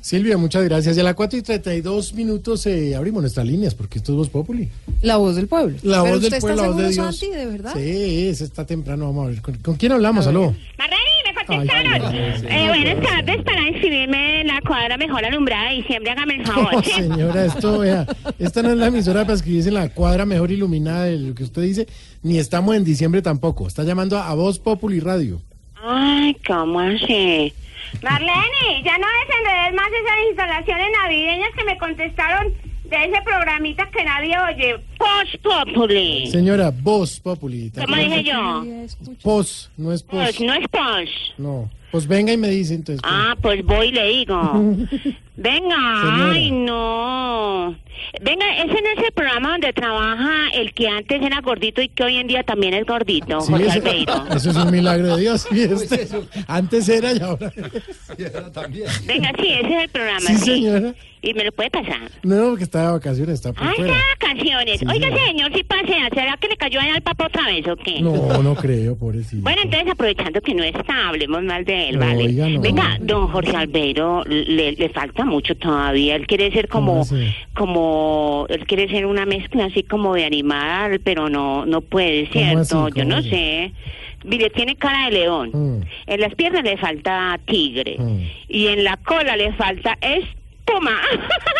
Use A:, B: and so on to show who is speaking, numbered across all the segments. A: Silvia, muchas gracias. Y a las 4 y 32 minutos eh, abrimos nuestras líneas, porque esto es Voz Populi.
B: La voz del pueblo.
A: La
B: Pero
A: voz
B: usted
A: del pueblo, la voz de
B: está seguro,
A: Dios.
B: Santi, de verdad.
A: Sí, es, está temprano, vamos a ver. ¿Con, con quién hablamos? Aló.
C: Marrani, me contestaron.
A: Ay, sí, sí,
C: Eh,
A: sí.
C: buenas tardes para inscribirme en la cuadra mejor alumbrada de diciembre. Hágame el
A: No,
C: favor. ¿sí?
A: señora, esto, vea, esta no es la emisora para escribirse en la cuadra mejor iluminada de lo que usted dice, ni estamos en diciembre tampoco. Está llamando a, a Voz Populi Radio.
C: Ay, ¿cómo así? Marlene, ya no desenredes más esas instalaciones navideñas que me contestaron de ese programita que nadie oye. Post Populi.
A: Señora, Voz Populi. ¿te
C: ¿Cómo
A: acuerdas?
C: dije yo?
A: Pos, no es pos.
C: Pues no es post.
A: No. Pues venga y me dice entonces. pues.
C: Ah, pues voy y le digo. Venga,
A: Señora.
C: ay no. Venga, ese no es el programa donde trabaja el que antes era gordito y que hoy en día también es gordito,
A: Sí,
C: José
A: eso,
C: Albeiro.
A: eso es un milagro de Dios. ¿sí? Este, antes era y ahora. es.
D: también.
C: Venga, sí, ese es el programa.
A: Sí, señora.
C: Y me lo puede pasar.
A: No, porque está de vacaciones, está por
C: Ah,
A: fuera.
C: está, canciones.
A: Sí,
C: Oiga,
A: señora.
C: señor, si pasea, ¿será que le cayó en el papa otra vez o qué?
A: No, no creo, pobrecito.
C: Bueno, entonces aprovechando que no está, hablemos mal de él,
A: No,
C: ¿vale?
A: oiga, no.
C: Venga, don Jorge Albeiro le, le falta mucho todavía. Él quiere ser como,
A: ¿Cómo así?
C: como, él quiere ser una mezcla así como de animal, pero no, no
A: ¿Cómo
C: puede,
A: así?
C: ¿cierto? Yo
A: ¿Cómo
C: no
A: así?
C: sé. Mire, tiene cara de león.
A: Mm.
C: En las piernas le falta tigre.
A: Mm.
C: Y en la cola le falta espuma.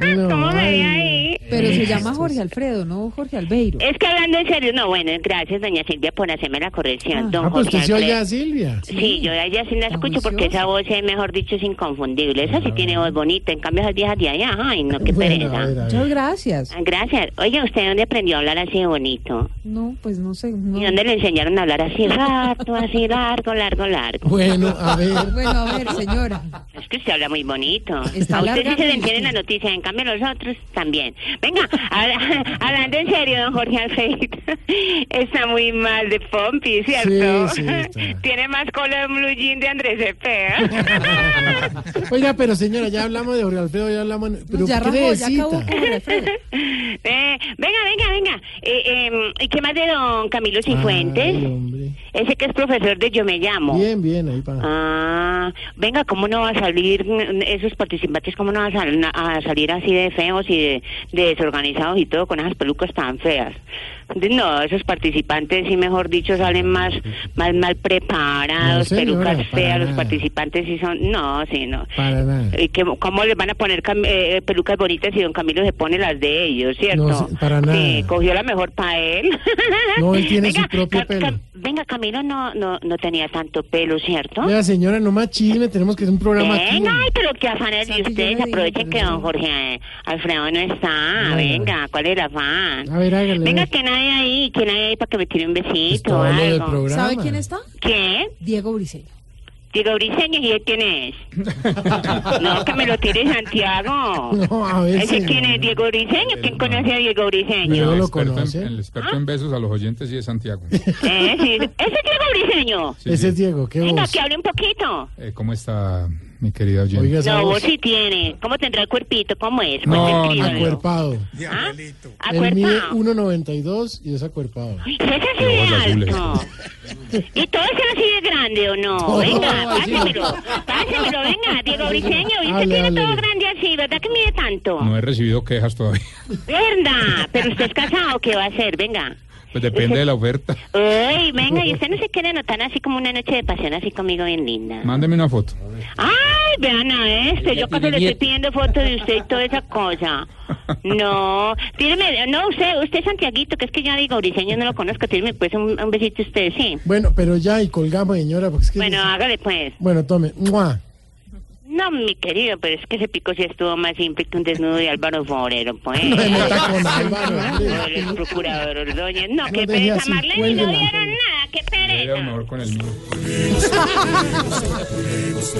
A: No,
C: ¿Cómo me ve
A: ay.
C: ahí?
B: Pero se llama Jorge Alfredo, no Jorge Albeiro.
C: Es que hablando en serio, no, bueno, gracias, doña Silvia, por hacerme la corrección.
B: Ah.
C: don
A: Ah, pues
C: Jorge
A: usted se oye
C: Alfredo.
A: a Silvia.
C: Sí, yo a ella sí la
B: Tan
C: escucho porque
B: juiciosa.
C: esa voz es, mejor dicho, es inconfundible. Esa sí
A: Ah.
C: tiene voz bonita, en cambio esas viejas de allá, ay, no, qué
A: Bueno, a ver,
C: pereza.
A: a
B: Muchas
A: ver.
B: gracias.
C: Ah, Gracias. Oye, ¿usted dónde aprendió a hablar así de bonito?
B: No, pues no sé. no.
C: ¿Y dónde le enseñaron a hablar así rato, así largo, largo, largo?
A: Bueno, a ver.
B: Bueno, a ver, señora.
C: Es que usted habla muy bonito.
B: Está
C: a usted
B: larga,
C: sí se le
B: pero
C: entiende
B: sí.
C: la noticia, en cambio los otros también. Venga, habla- hablando en serio, don Jorge Alfredo, está muy mal de Pompi, ¿cierto?
A: Sí, sí, está.
C: Tiene más color blue jean de Andrés Cepeda.
A: Oiga, pero señora, ya hablamos de Jorge Alfredo, ya hablamos. Pero
B: ya
A: ¿qué
B: rajó, ya
A: necesita?
B: acabó con Jorge Alfredo.
C: Eh, venga, venga, venga. Eh, eh, ¿y ¿Qué más de don Camilo Cifuentes?
A: Ay, hombre.
C: Ese que es profesor de Yo Me Llamo.
A: Bien, bien, ahí para.
C: Ah, venga, ¿cómo no va a salir mm, esos participantes? ¿Cómo no va a, sal- a salir así de feos y de, de desorganizados y todo con esas pelucas tan feas? De- No, esos participantes, sí, mejor dicho, salen más más mal preparados,
A: No, señora,
C: pelucas
A: para
C: feas. Los
A: nada.
C: participantes sí son. No, sí, no.
A: Para nada.
C: ¿Y qué- ¿Cómo les van a poner cam- eh, pelucas bonitas si don Camilo se pone las de ellos, cierto?
A: No, sí, para nada.
C: Sí, cogió la mejor para él.
A: No, él tiene su propio
C: Ca- Ca-
A: pelo.
C: venga, Camilo no, no, no tenía tanto pelo, ¿cierto?
A: Vea, señora, no más chisme, tenemos que hacer un programa aquí.
C: Venga, ay, pero qué afán es de
B: Santi, yo le
C: ustedes.
B: digo,
C: Aprovechen que
B: pero
C: don
B: no.
C: Jorge eh, Alfredo no está.
A: No,
C: venga, ¿cuál es el afán?
A: A ver, hágale.
C: venga,
A: a ver.
C: que nadie ahí, que nadie ahí para que me tire un
A: Pues
C: besito o
A: todo lo del
C: algo.
A: programa.
B: ¿Sabe quién está?
C: ¿Qué?
B: Diego Briceño.
C: Digo, Briseño, ¿y él quién es? No, que me lo tire Santiago.
A: No, a ver.
C: ¿Ese quién
A: señora.
C: es? ¿Diego Briseño? ¿Quién conoce a Diego
A: Yo
C: Briseño?
A: lo
D: experto en-
A: conoce.
D: el experto en besos a los oyentes y de Santiago.
C: ¿Eh? sí, ese es Diego Briseño.
D: Sí,
A: Ese es
D: sí.
A: Diego, qué
C: Venga,
A: voz.
C: que hable un poquito.
D: Eh, ¿Cómo está mi querida oyente?
A: Oiga esa
C: No, vos
A: voz.
C: sí tiene. ¿Cómo tendrá el cuerpito? ¿Cómo es? Pues
D: No,
C: Cuente,
D: no,
C: escríbalo.
A: Acuerpado.
C: ¿Ah?
A: Él mide
C: Acuerpado.
A: 1.92 y es acuerpado.
C: Ay, Ese sí
D: Los
C: de
D: azules.
C: alto. ¿Y todo eso así de grande o no?
A: Todo
C: Venga,
A: así.
C: pásemelo. Pásemelo, venga. Diego Briseño, y usted
A: Hable,
C: tiene
A: hable.
C: todo grande así, ¿verdad que mide tanto?
D: No he recibido quejas todavía.
C: Verdad, pero usted es casado, ¿qué va a hacer? Venga.
D: Pues depende de la oferta.
C: Uy, venga, y usted no se quiere anotar así como una noche de pasión así conmigo bien linda.
D: Mándeme una foto.
C: Ay, vean a este, yo cuando le estoy pidiendo fotos de usted y toda esa cosa. No, tíreme, no, usted, usted Santiaguito, que es que ya digo, Briseño no lo conozco, tíreme pues un, un besito usted, sí.
A: Bueno, pero ya y colgamos, señora, porque es que.
C: Bueno, hágale pues.
A: Bueno, tome. ¡Mua!
C: No, mi querido, pero es que ese pico sí estuvo más simple que un desnudo de Álvaro Forero, pues.
A: No me meta con Álvaro,
C: No,
A: hombre.
C: el procurador Ordóñez.
A: No
C: No, qué
A: deje
C: pereza,
A: así,
C: Marlene, no
A: cuélguela.
C: vieron nada, qué
D: Me hubiera ido
C: pereza.
D: mejor con el mío.